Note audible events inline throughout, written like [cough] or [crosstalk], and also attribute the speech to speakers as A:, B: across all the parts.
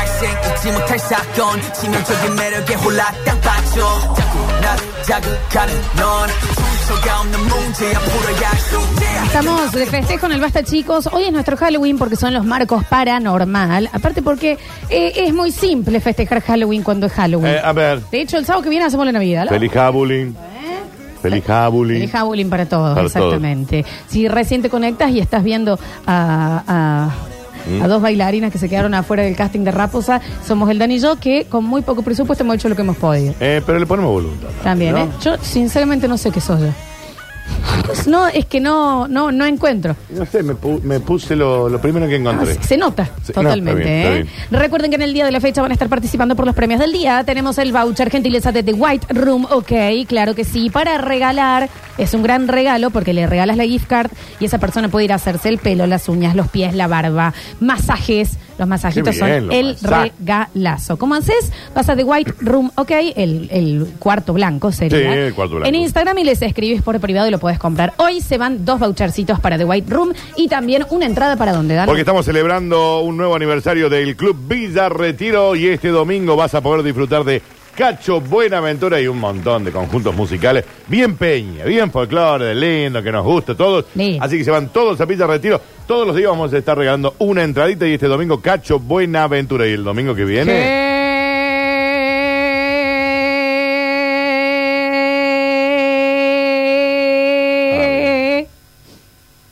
A: 알지 못할 사건 치명적인 매력에 홀라당 빠져 자꾸 나를 자극하는 넌 출처가 없는 문제야 풀어야 할 숙제야
B: Estamos de festejo en el Basta Chicos. Hoy es nuestro Halloween porque son los marcos paranormal. Aparte porque eh, es muy simple festejar Halloween cuando es Halloween.
C: Eh, a ver,
B: de hecho, el sábado que viene hacemos la Navidad. ¿no?
C: feliz Jabulín. Feliz Jabulín.
B: Feliz Halloween para todos,
C: Para
B: exactamente. Si recién te conectas y estás viendo a, a-
C: Mm.
B: a dos bailarinas que se quedaron afuera del casting de Raposa, somos el Dan y yo, que con muy poco presupuesto hemos hecho lo que hemos podido.
C: Eh, pero le ponemos voluntad.
B: También,
C: ¿no?
B: ¿eh? Yo sinceramente no sé qué soy yo. [laughs] No, es que no, no, no encuentro.
C: No sé, me, pu- me puse lo, lo primero que
B: Ah,
C: encontré.
B: se- se nota
C: Sí, no,
B: totalmente.
C: está bien,
B: ¿eh?
C: está
B: Recuerden que en el día de la fecha van a estar participando por los premios del día. Tenemos el voucher gentileza de The White Room, ok, claro que sí, para regalar. Es un gran regalo porque le regalas la gift card y esa persona puede ir a hacerse el pelo, las uñas, los pies, la barba, masajes. Los masajitos
C: Qué bien,
B: son
C: los
B: el
C: masajes.
B: regalazo. ¿Cómo haces? Vas a The White Room, ok, el, el cuarto blanco sería.
C: Sí, el cuarto blanco.
B: En Instagram y les escribís por privado y lo podés comprar. Hoy se van dos vouchercitos para The White Room y también una entrada para donde dan.
C: Porque estamos celebrando un nuevo aniversario del Club Villa Retiro y este domingo vas a poder disfrutar de Cacho Buenaventura y un montón de conjuntos musicales. Bien peña, bien folclore, lindo, que nos gusta a todos.
B: Lindo.
C: Así que se van todos a Villa Retiro. Todos los días vamos a estar regalando una entradita y este domingo Cacho Buenaventura y el domingo que viene...
B: ¿Qué?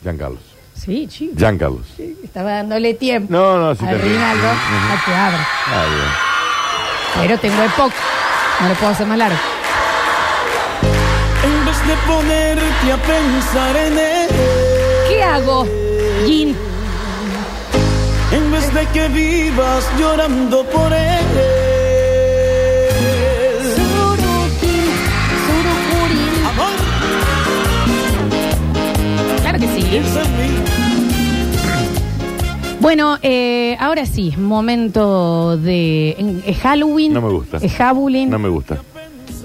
C: Giancarlos.
B: Sí, chico.
C: Giancarlos.
B: Estaba dándole tiempo
C: No, no, si
B: al
C: te
B: Rinaldo a que abra.
C: Ah, bien.
B: Pero tengo EPOC. No lo puedo hacer más largo.
D: En vez de ponerte a pensar en él,
B: ¿Qué hago? Jin.
D: en vez de que vivas llorando por él. Amor,
B: Claro que sí.
D: piensa en mí.
B: Bueno, eh, ahora sí, momento de. en- es Halloween.
C: No me gusta.
B: Es Halloween.
C: No me gusta.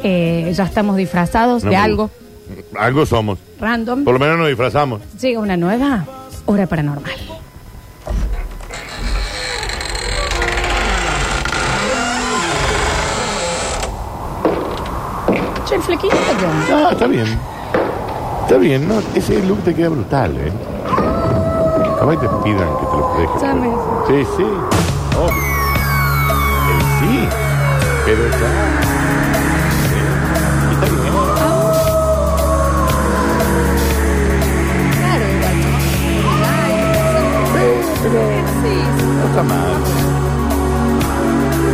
B: Eh, ya estamos disfrazados
C: No
B: de
C: me
B: algo
C: gusta. Algo somos.
B: random.
C: Por lo menos nos disfrazamos.
B: Llega una nueva hora paranormal. Che, el flequillo está quedando.
C: No, está bien. Está bien, no, ese look te queda brutal, ¿eh? Capaz que te pidan que te lo dejes.
B: Ya me-
C: pero- Sí, sí. Obvio. Eh, sí. Pero ya. sí, Está bien.
B: Claro, igual, ¿no?
C: No está mal.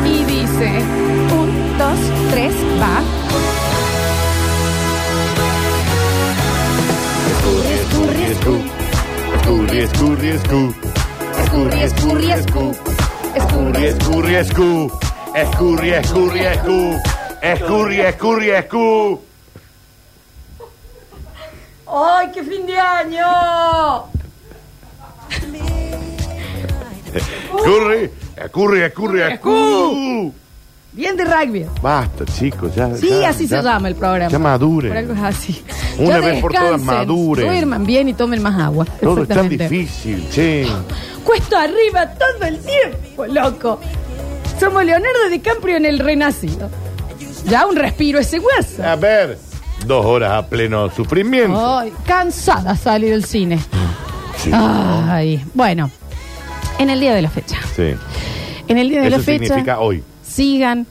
B: Sí. Y dice: un, dos, tres, va.
C: Escurri, escu. Escurri, escurri, escu. Escurri, escurri, escu. Escurri, escurri, escu. Escurri, escurri, escu. Escurri, escurri, escu.
B: ¡Ay, qué fin de año!
C: Escurri, escurri, escurri, escu.
B: Bien de rugby.
C: Basta, chicos, ya.
B: Sí,
C: ya,
B: así
C: ya.
B: se llama el programa.
C: Ya
B: Por algo es
C: maduren.
B: así.
C: Una
B: Ya
C: vez por todas
B: descansen,
C: maduren.
B: Duerman bien y tomen más agua.
C: Todo es tan
B: Exactamente.
C: difícil, che.
B: Cuesta arriba todo el tiempo, loco. Somos Leonardo DiCaprio en el renacido. Ya un respiro ese hueso.
C: A ver, dos horas a pleno sufrimiento.
B: Ay, cansada salí del cine.
C: Sí.
B: Ay, bueno. En el día de la fecha.
C: Sí.
B: En el día de
C: Eso
B: la fecha.
C: significa hoy.
B: Sigan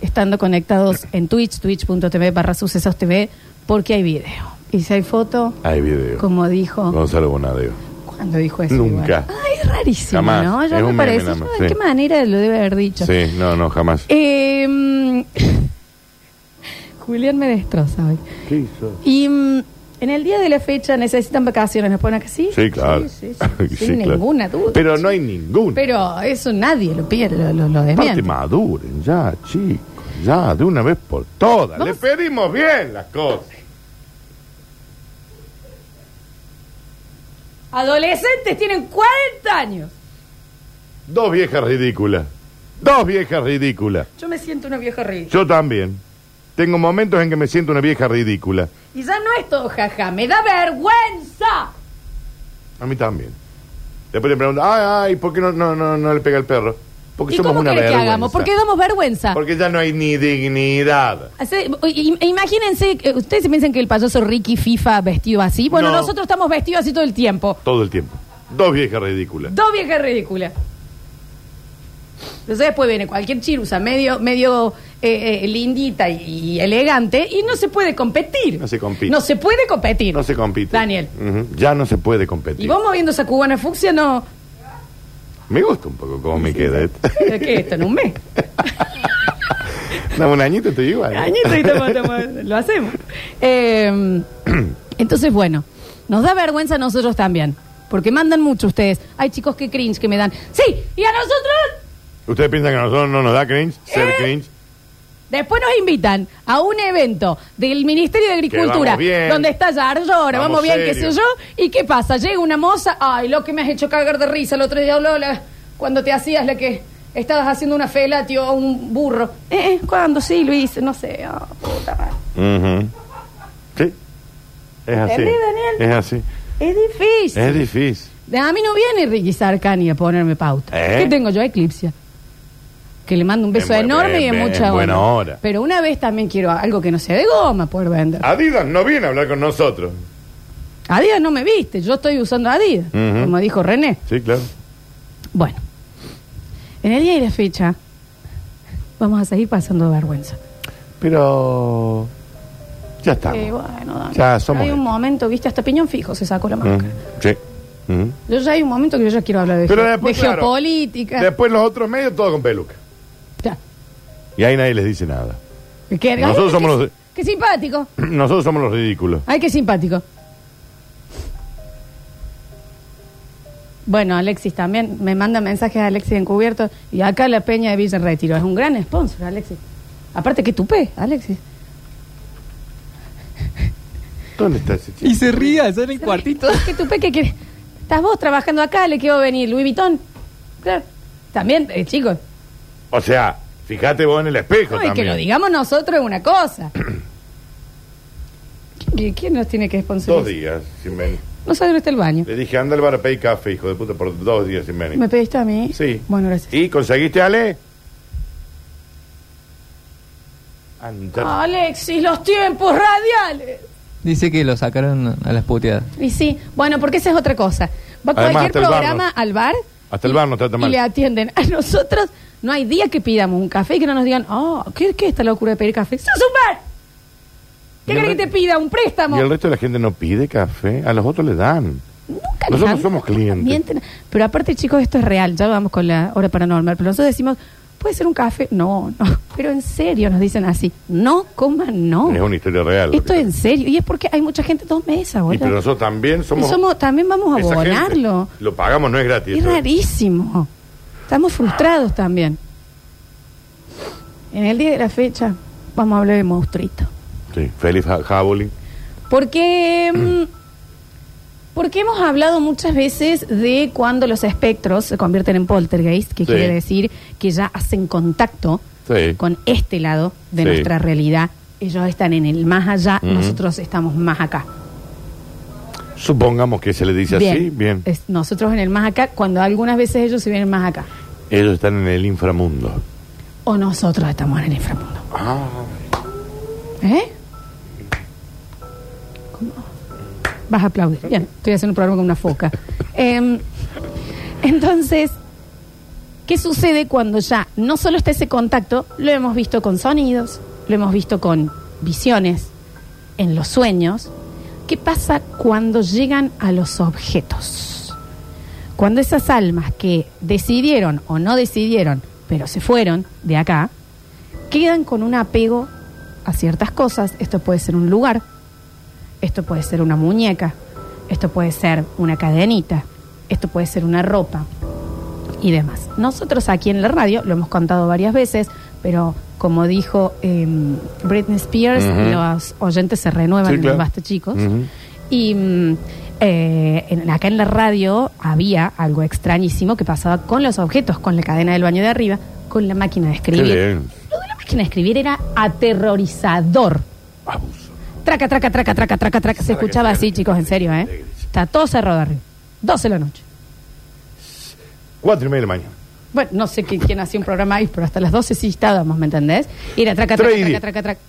B: estando conectados en Twitch, twitch.tv barra sucesos TV, porque hay video. Y si hay foto,
C: Hay video.
B: como dijo.
C: Gonzalo Bonadeo.
B: ¿Cuándo dijo eso?
C: Nunca.
B: igual? Ay, es rarísimo,
C: Jamás.
B: ¿no?
C: Es
B: Ya me
C: un meme
B: parece.
C: nada más,
B: yo, ¿De
C: sí.
B: qué manera lo debe haber dicho?
C: Sí, no, no, jamás.
B: Eh, mm, [laughs] Julián me destroza hoy.
C: ¿Qué hizo?
B: Y mm, en el día de la fecha necesitan vacaciones, ¿nos ponen que sí?
C: Sí, claro. [laughs]
B: Sí, sí, sí,
C: Sí,
B: sin
C: claro.
B: ninguna duda.
C: Pero no hay ninguna.
B: Pero eso nadie lo pierde, lo, lo, lo
C: Aparte
B: desmiente.
C: maduren, ya, chicos. Ya, de una vez por todas.
B: Vamos.
C: Le pedimos bien las cosas.
B: Adolescentes tienen 40 años.
C: Dos viejas ridículas. Dos viejas ridículas.
B: Yo me siento una vieja ridícula.
C: Yo también. Tengo momentos en que me siento una vieja ridícula.
B: Y ya no es todo jaja, me da vergüenza.
C: A mí también. Después le pregunto, ay, ay, ¿por qué no, no, no, no le pega el perro? Porque
B: ¿Y
C: somos
B: cómo
C: una
B: querés que
C: vergüenza.
B: hagamos? Porque damos vergüenza.
C: Porque ya no hay ni dignidad.
B: Hace- i- i- Imagínense, que- ustedes se piensan que el payaso Ricky FIFA vestido así. Bueno,
C: No.
B: nosotros estamos vestidos así todo el tiempo.
C: Todo el tiempo. Dos viejas ridículas.
B: Dos viejas ridículas. Entonces después viene cualquier chirusa medio, medio eh, eh, lindita y, y elegante y no se puede competir.
C: No se compite.
B: No se puede competir.
C: No se compite.
B: Daniel.
C: Ujú. Ya no se puede competir.
B: Y vos moviendo esa cubana fucsia no...
C: Me gusta un poco cómo me
B: [laughs]
C: queda esto.
B: ¿Pero ¿Qué? Esto en un mes.
C: [laughs] No, un añito estoy igual. ¿eh?
B: Añito y estamos- estamos- lo hacemos. Eh, entonces, bueno, nos da vergüenza a nosotros también. Porque mandan mucho ustedes. Hay chicos que cringe que me dan. ¡Sí! ¡Y a nosotros!
C: [laughs] ¿Ustedes piensan que a nosotros no nos da cringe? Ser
B: Eh,
C: cringe.
B: Después nos invitan a un evento del Ministerio de
C: Que
B: Agricultura,
C: vamos bien.
B: donde está Yardora, vamos,
C: Vamos
B: bien, qué
C: serio.
B: sé yo. ¿Y qué pasa? Llega una moza, ay, lo que me has hecho cagar de risa el otro día, Lola, cuando te hacías la que estabas haciendo una felatio a un burro. Eh, eh, ¿Cuándo? Sí, Luis, no sé. ah, puta madre.
C: Ujú. Sí. Es así.
B: ¿Entendés, Daniel?
C: Es así.
B: Es difícil.
C: Es difícil.
B: A mí no viene Ricky Sarcani a ponerme pauta.
C: ¿Eh?
B: ¿Qué tengo yo? Eclipsia. Que le mando un beso
C: En bu-
B: enorme y
C: en-
B: en
C: en
B: mucha
C: buena
B: onda.
C: hora.
B: Pero una vez también quiero algo que no sea de goma poder vender.
C: Adidas no viene a hablar con nosotros.
B: Adidas no me viste, yo estoy usando Adidas,
C: Ujú.
B: como dijo René.
C: Sí, claro.
B: Bueno, en el día y la fecha vamos a seguir pasando vergüenza.
C: Pero. Ya estamos.
B: Eh, bueno, Dani,
C: Ya somos
B: hay un
C: gente.
B: momento, viste, hasta Piñón Fijo se sacó la
C: Ujú.
B: máscara.
C: Sí. Ujú.
B: Yo ya hay un momento que yo ya quiero hablar de,
C: Pero
B: ge-
C: después,
B: de
C: claro,
B: geopolítica.
C: Después los otros medios, todos con peluca.
B: Ya.
C: Y ahí nadie les dice nada. [clears throat]
B: Que- ay,
C: Nosotros somos
B: qué-
C: los-
B: Qué simpático.
C: Nosotros somos los ridículos.
B: Ay, qué simpático. Bueno, Alexis también me manda mensajes a Alexis encubierto. Y acá la Peña de Villa en Retiro. Es un gran sponsor, Alexis. Aparte que tupé, Alexis.
C: ¿Dónde está ese chico?
E: Y se ría, son en cuartito.
B: ¿Qué tupé que querés? Estás vos trabajando acá, le quiero venir. Luis Vitón. Claro. También, eh, chicos.
C: O sea, fíjate vos en el espejo
B: No, y
C: también.
B: que lo digamos nosotros es una
C: [clears throat]
B: cosa. ¿Qui- ¿Quién nos tiene que
C: Dos
B: sponsorizar?
C: días sin venir.
B: No sabe dónde está el baño.
C: Le dije, anda al bar a pedir café, hijo de puta, por dos días sin venir.
B: ¿Me pediste a mí?
C: Sí.
B: Bueno, gracias.
C: ¿Y conseguiste, Ale? Anda.
B: Alexis, los tiempos radiales.
E: Dice que lo sacaron a las puteadas.
B: Y sí, bueno, porque esa es otra cosa. Va
C: Además,
B: cualquier
C: hasta el bar
B: programa
C: nos-
B: al bar.
C: hasta el
B: y-
C: bar nos trata mal.
B: Y le atienden. A nosotros no hay día que pidamos un café y que no nos digan, oh, ¿qué, qué es esta locura de pedir café? ¡Sos un bar! ¿Qué
C: Y el
B: crees
C: re-
B: que te pida? ¿Un préstamo?
C: Y el resto de la gente no pide café, a los otros le dan.
B: Nunca
C: Nosotros
B: les han-
C: somos clientes.
B: mienten. Pero aparte, chicos, esto es real. Ya vamos con la hora paranormal. Pero nosotros decimos, ¿puede ser un café? No, no. Pero en serio nos dicen así. No, coma, no.
C: Es una historia real.
B: Esto es
C: es
B: en serio. Y es porque hay mucha gente, dos mesas,
C: Y
B: boludo.
C: pero nosotros también
B: Y
C: somos.
B: somos- también vamos a
C: esa
B: abonarlo.
C: gente. Lo pagamos, no es gratis.
B: Es
C: esto.
B: rarísimo. Estamos frustrados también. En el día de la fecha vamos a hablar de monstruito.
C: Sí, Feliz Ja- Jabulín.
B: Porque, mm, porque hemos hablado muchas veces de cuando los espectros se convierten en poltergeist, que
C: Sí.
B: quiere decir que ya hacen contacto
C: Sí.
B: con este lado de
C: Sí.
B: nuestra realidad. Ellos están en el más allá,
C: Ujú.
B: nosotros estamos más acá.
C: Supongamos que se le dice así, bien.
B: Es- nosotros en el más acá, cuando algunas veces ellos se vienen más acá.
C: Ellos están en el inframundo.
B: O nosotros estamos en el inframundo. ¿Eh? ¿Cómo? Vas a aplaudir. Bien, estoy haciendo un programa con una foca. Em, entonces, ¿qué sucede cuando ya no solo está ese contacto? Lo hemos visto con sonidos, lo hemos visto con visiones, en los sueños. ¿Qué pasa cuando llegan a los objetos? Cuando esas almas que decidieron o no decidieron, pero se fueron de acá, quedan con un apego a ciertas cosas. Esto puede ser un lugar, esto puede ser una muñeca, esto puede ser una cadenita, esto puede ser una ropa y demás. Nosotros aquí en la radio lo hemos contado varias veces, pero como dijo em, Britney Spears,
C: Ujú.
B: los oyentes se renuevan
C: Sí,
B: en
C: claro.
B: el Basta Chicos.
C: Ujú.
B: Y mm, eh, en- acá en la radio había algo extrañísimo que pasaba con los objetos, con la cadena del baño de arriba, con la máquina de
C: Qué
B: escribir.
C: bien.
B: Lo de la máquina de escribir era aterrorizador.
C: Abuso.
B: Traca, traca, traca, traca, traca, traca. Se
C: Para que
B: escuchaba
C: sea
B: así,
C: el-
B: chicos, en serio, ¿eh? Está todo cerrado arriba. 12 de la noche.
C: Cuatro y media de la mañana.
B: Bueno, no sé qué- quién hacía un programa ahí, pero hasta las 12 sí estábamos, ¿me entendés? Y era traca, traca,
C: Tres
B: traca,
C: y diez.
B: traca, traca.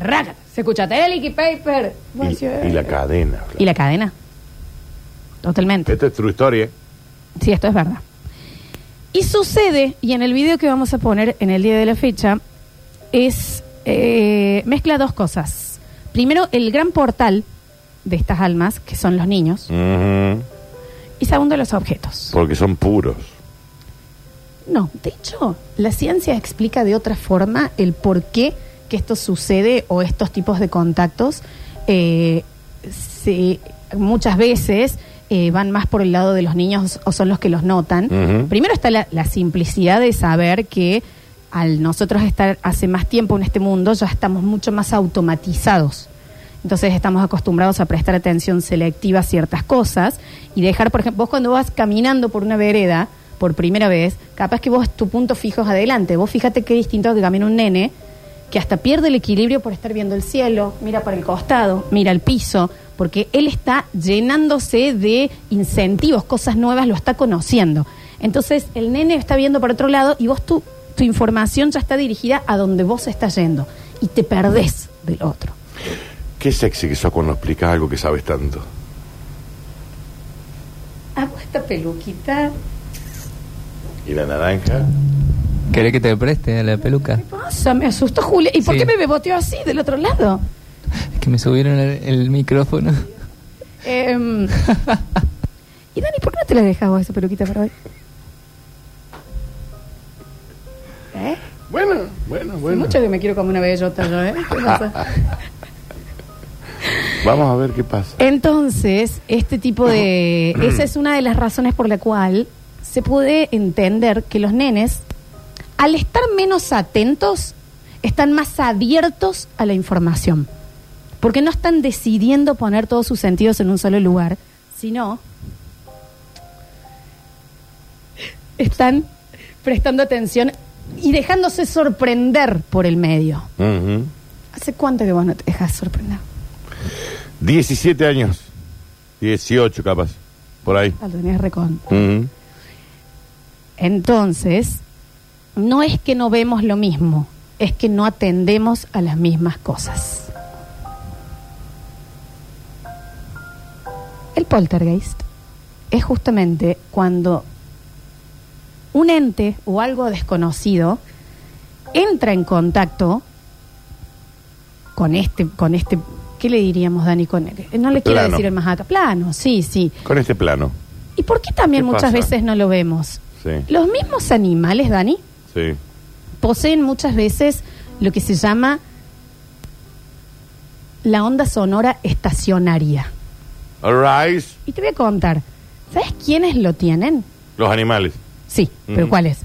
B: Rácata. Se escucha Teliki Paper.
C: Y, y la cadena.
B: eh, Y la cadena. Totalmente.
C: Esta es true story, ¿eh?
B: Sí, esto es verdad. Y sucede, y en el video que vamos a poner en el día de la fecha, es. eh, mezcla dos cosas. Primero, el gran portal de estas almas, que son los niños.
C: Ujú,
B: Y segundo, los objetos.
C: Porque son puros.
B: No, de hecho, la ciencia explica de otra forma el por qué que esto sucede o estos tipos de contactos eh, se- muchas veces eh, van más por el lado de los niños o son los que los notan.
C: Ujú.
B: Primero está la, la simplicidad de saber que al nosotros estar hace más tiempo en este mundo ya estamos mucho más automatizados. Entonces estamos acostumbrados a prestar atención selectiva a ciertas cosas y dejar, por ejemplo, vos cuando vas caminando por una vereda por primera vez, capaz que vos tu punto fijo es adelante. Vos fíjate qué distinto que camina un nene que hasta pierde el equilibrio por estar viendo el cielo, mira para el costado, mira el piso, porque él está llenándose de incentivos, cosas nuevas, lo está conociendo. Entonces el nene está viendo para otro lado y vos tu, tu información ya está dirigida a donde vos estás yendo y te perdés del otro.
C: Qué sexy que sos cuando explicas algo que sabes tanto.
B: Hago esta peluquita.
C: ¿Y la naranja?
E: ¿Querés que te preste la peluca?
B: Pasa, me asustó Julia. ¿Y por
E: Sí.
B: qué me beboteó así del otro lado?
E: Es que me subieron el, el micrófono. [laughs]
B: Em, y Dani, ¿por qué no te la dejas vos esa peluquita para hoy? ¿Eh?
C: Bueno, bueno, bueno.
B: Mucho que me quiero como una bellota yo, ¿eh? ¿Qué pasa?
C: Vamos a ver qué pasa.
B: Entonces, este tipo de... Esa es una de las razones por la cual se puede entender que los nenes, al estar menos atentos, están más abiertos a la información. Porque no están decidiendo poner todos sus sentidos en un solo lugar, sino están prestando atención y dejándose sorprender por el medio.
C: Ujú.
B: ¿Hace cuánto que vos no te dejas sorprender?
C: 17 años. 18 capaz. Por ahí.
B: Ah, lo tenías recon-
C: Ujú.
B: Entonces, no es que no vemos lo mismo, es que no atendemos a las mismas cosas. El poltergeist es justamente cuando un ente o algo desconocido entra en contacto con este, con este, ¿qué le diríamos, Dani? Con, no le quiero
C: Plano.
B: decir el más acá, plano, sí, sí.
C: Con este plano.
B: ¿Y por qué también
C: ¿Qué
B: muchas
C: pasa?
B: veces no lo vemos?
C: Sí.
B: Los mismos animales, Dani,
C: Sí.
B: poseen muchas veces lo que se llama la onda sonora estacionaria.
C: Arise.
B: Y te voy a contar, ¿sabes quiénes lo tienen?
C: Los animales.
B: Sí, pero
C: Ujú.
B: ¿cuáles?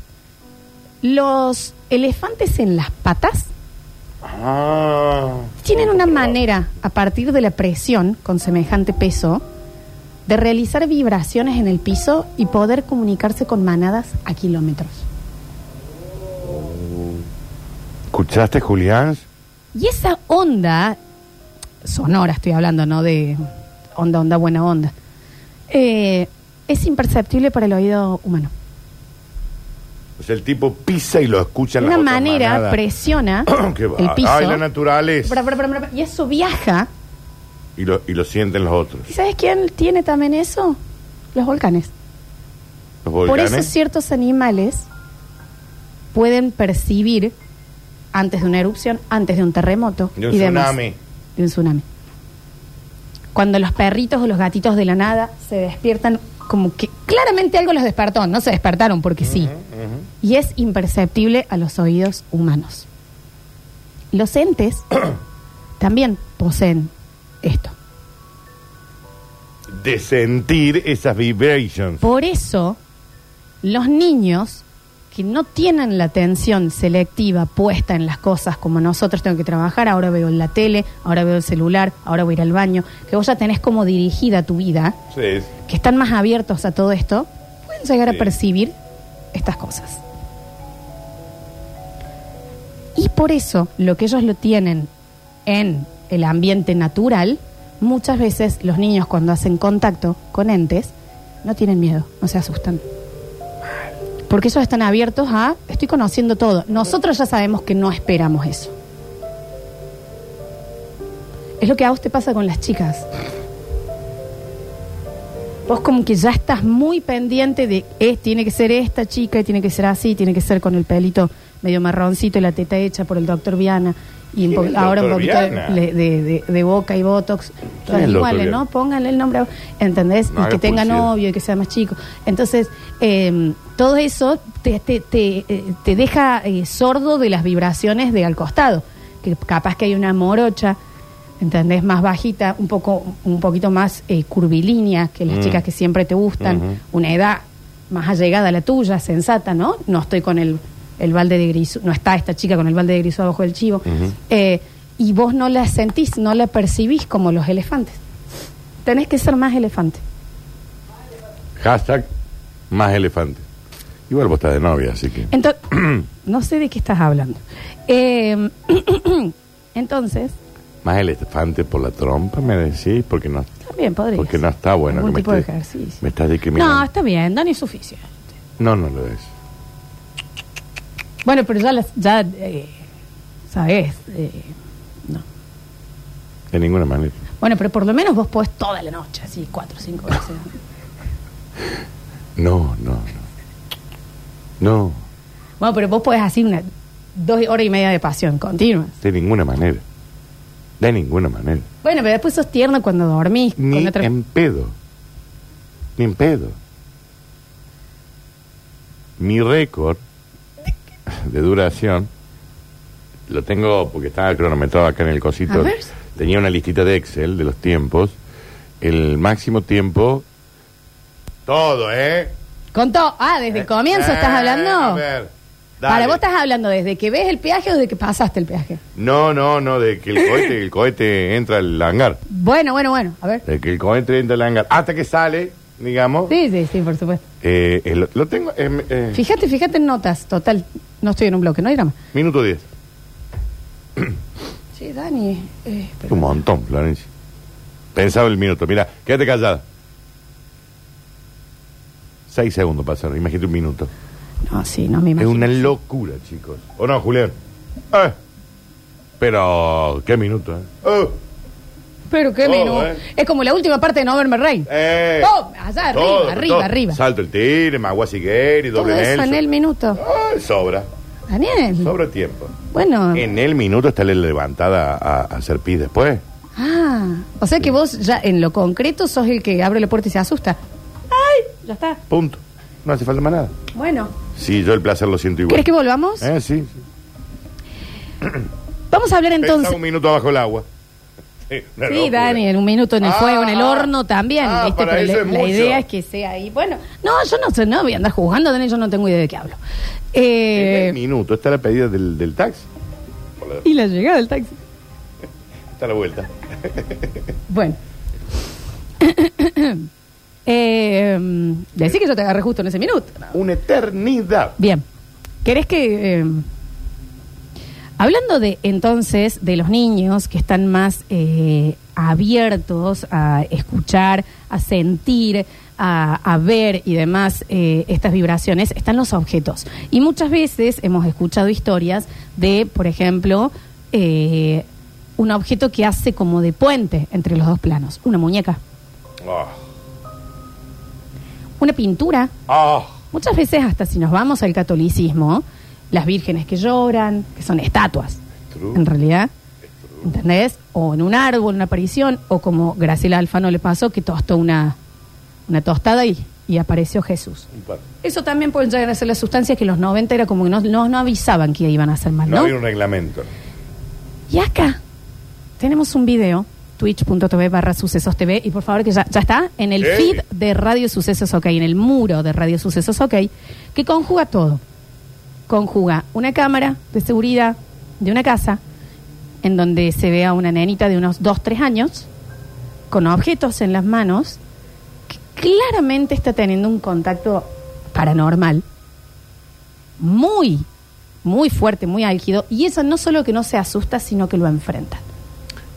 B: Los elefantes en las patas
C: Ah.
B: tienen una manera, a partir de la presión con semejante peso, de realizar vibraciones en el piso y poder comunicarse con manadas a kilómetros.
C: ¿Escuchaste, Julián?
B: Y esa onda, sonora estoy hablando, ¿no? De onda, onda, buena onda, eh, es imperceptible para el oído humano.
C: O sea, el tipo pisa y lo escucha en
B: De una
C: la otra
B: manera
C: manada.
B: presiona
C: [clears throat] [coughs] Qué va-
B: el piso.
C: Ay, la naturaleza.
B: Bra, bra, bra, bra, y eso viaja.
C: Y lo, y lo sienten los otros.
B: ¿Y sabes quién tiene también eso? Los volcanes.
C: Los
B: Por
C: volcanes.
B: eso ciertos animales pueden percibir antes de una erupción, antes de un terremoto
C: De un
B: y demás.
C: tsunami.
B: de un tsunami. Cuando los perritos o los gatitos de la nada se despiertan, como que claramente algo los despertó, no se despertaron porque sí. Y es imperceptible a los oídos humanos. Los
C: [coughs]
B: entes también poseen esto.
C: De sentir esas vibrations.
B: Por eso, los niños que no tienen la atención selectiva puesta en las cosas, como nosotros tengo que trabajar, ahora veo la tele, ahora veo el celular, ahora voy a ir al baño, que vos ya tenés como dirigida tu vida,
C: Sí.
B: que están más abiertos a todo esto, pueden llegar
C: Sí.
B: a percibir estas cosas. Y por eso lo que ellos lo tienen en el ambiente natural, muchas veces los niños cuando hacen contacto con entes no tienen miedo, no se asustan. Porque ellos están abiertos a, estoy conociendo todo. Nosotros ya sabemos que no esperamos eso. Es lo que a vos te pasa con las chicas. Vos como que ya estás muy pendiente de, eh, tiene que ser esta chica, y tiene que ser así, tiene que ser con el pelito medio marroncito y la teta hecha por el doctor Viana. Y un
C: ¿Quién
B: po-
C: es el
B: ahora un
C: doctor
B: poquito de,
C: Viana?
B: de- de- de boca y botox.
C: ¿Quién es
B: Todas
C: el doctor
B: iguales,
C: Viana?
B: ¿no? Pónganle el nombre, ¿entendés?
C: No
B: y que
C: hagas
B: tenga
C: publicidad.
B: novio y que sea más chico. Entonces, eh, todo eso te, te- te, eh, te deja eh, sordo de las vibraciones de al costado. Que capaz que hay una morocha, ¿entendés? Más bajita, un poco un poquito más eh, curvilínea que las
C: Mm.
B: chicas que siempre te gustan.
C: Ujú.
B: Una edad más allegada a la tuya, sensata, ¿no? No estoy con el, el balde de gris, no está esta chica con el balde de gris abajo del chivo.
C: Ujú.
B: Eh, y vos no la sentís, no la percibís como los elefantes. Tenés que ser más elefante.
C: Hashtag más elefante. Igual vos estás de novia, así que.
B: Entonces, [clears throat] no sé de qué estás hablando. Eh, [clears throat] entonces,
C: Más elefante por la trompa, me decís, porque no,
B: también podría.
C: porque no está bueno que
B: Algún
C: me
B: tipo de
C: estés-
B: ejercicio.
C: Me estás
B: No,
C: discriminando.
B: está bien, Dani es suficiente.
C: No, no lo es.
B: Bueno, pero ya, las- ya eh, sabes. eh, no.
C: De ninguna manera.
B: Bueno, pero por lo menos vos podés toda la noche, así, cuatro o cinco
C: [laughs]
B: veces.
C: No, no, no. No,
B: bueno, pero vos podés así una dos horas y media de pasión continua.
C: de ninguna manera. De ninguna manera.
B: Bueno, pero después sos tierno cuando dormís.
C: Ni
B: con otra-
C: en pedo. Ni en pedo. Mi récord de duración lo tengo porque estaba cronometrado acá en el
B: A
C: cosito.
B: ver.
C: Tenía una listita de Excel de los tiempos. El máximo tiempo. Todo, ¿eh?
B: Con todo. Ah, desde el comienzo estás
C: Eh,
B: hablando.
C: A ver. dale.
B: Para vos estás hablando desde que ves el peaje o desde que pasaste el peaje.
C: No, no, no, de que el cohete, el cohete entra al hangar.
B: Bueno, bueno, bueno. A ver.
C: De que el cohete entra al hangar. Hasta que sale, digamos.
B: Sí, sí, sí, por supuesto.
C: Eh, eh, lo, lo tengo. em, eh,
B: Fíjate, fíjate en notas. Total, no estoy en un bloque, no hay drama.
C: minuto 10.
B: Sí, Dani. eh, pero-
C: Un montón, Florencia. Pensaba el minuto. Mira, quédate callada. Seis segundos pasaron. Imagínate un minuto.
B: No, sí, no me imagino.
C: Es una locura, chicos. ¿O no, Julián? Eh. Pero, ¿qué minuto? Eh? Eh.
B: Pero qué
C: Todo,
B: menú.
C: eh.
B: Es como la última parte de No verme rey.
C: Eh.
B: Oh, allá arriba,
C: Todo,
B: arriba,
C: todo.
B: arriba.
C: Salto el tigre, Maguasigueri,
B: Todo
C: doble
B: eso en
C: Nelson.
B: el minuto.
C: Ay, sobra,
B: Daniel.
C: sobra tiempo.
B: Bueno.
C: En el minuto está la levantada a, a hacer pis después.
B: Ah, o sea que vos ya en lo concreto sos el que abre la puerta y se asusta. ¡Ay! Ya está.
C: Punto. No hace falta más nada.
B: Bueno.
C: Sí, yo el placer lo siento igual.
B: ¿Querés que volvamos?
C: Eh, sí, sí.
B: Vamos a hablar
C: Entonces...
B: entonces.
C: un minuto bajo el agua. [laughs] Sí, una
B: Sí,
C: locura.
B: Dani, en un minuto en el
C: Ah,
B: fuego, en el
C: ah.
B: horno también.
C: Ah,
B: ¿viste?
C: para
B: Pero
C: eso
B: la,
C: es
B: la
C: mucho.
B: idea es que sea ahí. Bueno, no, yo no sé, no voy a andar jugando, Dani, yo no tengo idea de qué hablo. Eh,
C: En el minuto está la pedida del, del taxi. Por la-
B: y la llegada del taxi.
C: Está la vuelta.
B: Bueno. [coughs] eh, decí que yo te agarré justo en ese minuto.
C: Una eternidad.
B: Bien. ¿Querés que... eh, hablando de entonces de los niños que están más eh, abiertos a escuchar, a sentir, a, a ver y demás eh, estas vibraciones, están los objetos. Y muchas veces hemos escuchado historias de, por ejemplo, eh, un objeto que hace como de puente entre los dos planos. Una muñeca,
C: Ah,
B: una pintura,
C: ah.
B: Muchas veces, hasta si nos vamos al catolicismo, las vírgenes que lloran, que son estatuas,
C: True.
B: en realidad, ¿entendés? O en un árbol, una aparición, o como Graciela Alfano le pasó, que tostó una, una tostada y, y apareció Jesús.
C: Un par.
B: Eso también pueden llegar a ser las sustancias que en los 90 era como que no, no, no avisaban que iban a hacer mal,
C: No,
B: ¿no?
C: había un reglamento.
B: Y acá tenemos un video, twitch.tv barra sucesos TV, y por favor que ya, ya está en el
C: Sí.
B: feed de Radio Sucesos OK, en el muro de Radio Sucesos OK, que conjuga todo. Conjuga una cámara de seguridad de una casa, en donde se ve a una nenita de unos 2, 3 años, con objetos en las manos, que claramente está teniendo un contacto paranormal muy, muy fuerte, muy álgido, y eso no solo que no se asusta, sino que lo enfrenta.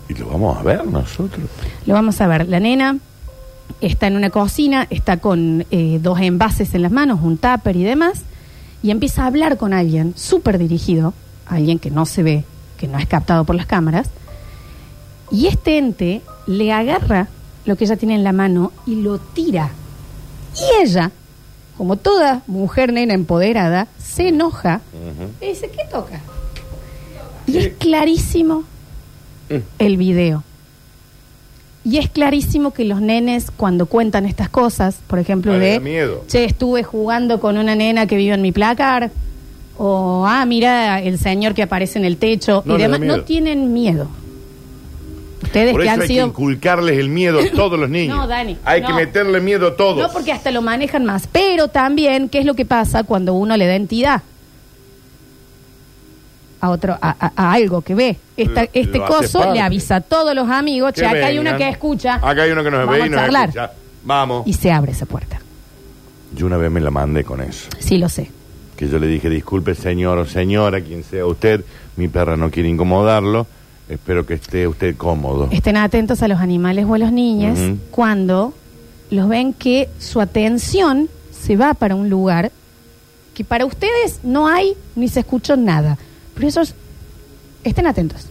C: Y lo vamos a ver nosotros.
B: Lo vamos a ver. La nena está en una cocina, está con eh, dos envases en las manos, un tupper y demás, y empieza a hablar con alguien súper dirigido, alguien que no se ve, que no es captado por las cámaras, y este ente le agarra lo que ella tiene en la mano y lo tira. Y ella, como toda mujer nena empoderada, se enoja y dice, ¿qué toca? Y es clarísimo
C: Mm.
B: el video. Y es clarísimo que los nenes cuando cuentan estas cosas, por ejemplo,
C: Ah, le
B: de,
C: da miedo.
B: che, estuve jugando con una nena que vive en mi placar, o, ah, mira el señor que aparece en el techo,
C: No,
B: y
C: le da
B: demás,
C: miedo.
B: no tienen miedo. Ustedes
C: Por
B: que
C: eso
B: han
C: hay
B: sido...
C: que inculcarles el miedo
B: [coughs]
C: a todos los niños.
B: No, Dani,
C: Hay
B: no.
C: que meterle miedo a todos.
B: No, porque hasta lo manejan más. Pero también, ¿qué es lo que pasa cuando uno le da entidad? A otro, a, a- a algo que ve. Esta-
C: Lo-
B: este
C: lo hace
B: coso
C: parte.
B: le avisa a todos los amigos,
C: Que
B: che, acá hay
C: vengan.
B: una que escucha.
C: Acá hay uno que nos
B: Vamos
C: ve y
B: a
C: nos
B: charlar.
C: escucha. Vamos.
B: Y se abre esa puerta.
C: Yo una vez me la mandé con eso.
B: Sí, lo sé.
C: que yo le dije, disculpe señor o señora, quien sea usted, mi perra no quiere incomodarlo, espero que esté usted cómodo.
B: Estén atentos a los animales o a los niños
C: Ujú.
B: cuando los ven que su atención se va para un lugar que para ustedes no hay ni se escuchó nada. Pero esos, estén atentos.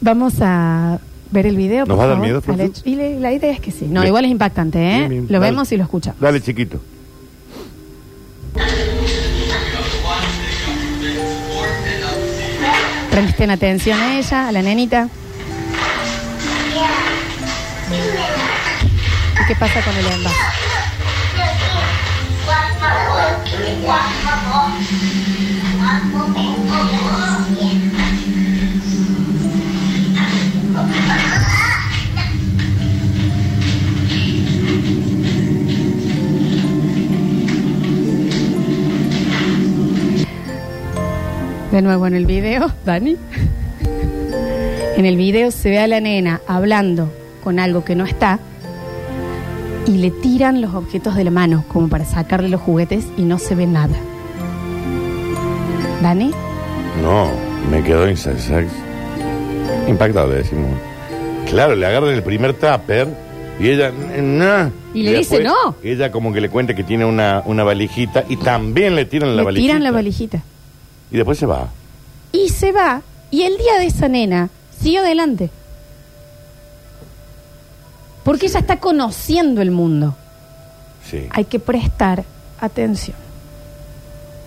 B: Vamos a ver el video.
C: ¿Nos
B: por
C: va a dar
B: favor,
C: miedo, Flor?
B: Alex. Y le- la idea es que sí. No,
C: Bien.
B: igual es impactante, ¿eh?
C: Bien, bien,
B: Lo
C: dale.
B: vemos y lo escuchamos.
C: Dale, chiquito.
B: Presten atención a ella, a la nenita. ¿Y qué pasa con el envase? De nuevo en el video, Dani. En el video se ve a la nena hablando con algo que no está y le tiran los objetos de la mano como para sacarle los juguetes y no se ve nada. Dani,
C: No, me quedo insatisfecho. Impactado, le decimos. Claro, le agarran el primer tupper y ella... "Nah".
B: Y le dice, "No".
C: Ella como que le cuenta que tiene una, una valijita y también le tiran la
B: le
C: valijita.
B: tiran la valijita.
C: Y después se va.
B: Y se va y el día de esa nena siguió adelante. Porque ella está conociendo el mundo.
C: Sí.
B: Hay que prestar atención.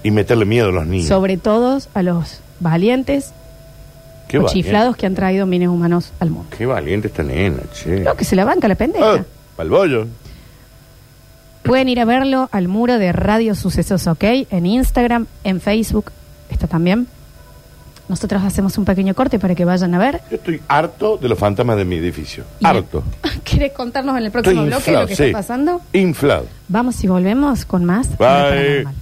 C: Y meterle miedo a los niños.
B: Sobre todo a los valientes
C: Qué
B: o
C: valiente.
B: chiflados que han traído bienes humanos al mundo.
C: Qué valiente esta nena, che.
B: Creo que se la banca la pendeja.
C: Ah, pa'l bollo.
B: Pueden ir a verlo al muro de Radio Sucesos, ¿ok? En Instagram, en Facebook, está también. Nosotros hacemos un pequeño corte para que vayan a ver.
C: Yo estoy harto de los fantasmas de mi edificio.
B: Y-
C: harto.
B: [laughs] ¿Querés contarnos en el
C: Estoy
B: próximo bloque
C: inflado,
B: lo que
C: sí.
B: está pasando?
C: Inflado.
B: Vamos y volvemos con más.
C: Bye.
B: Paranormal.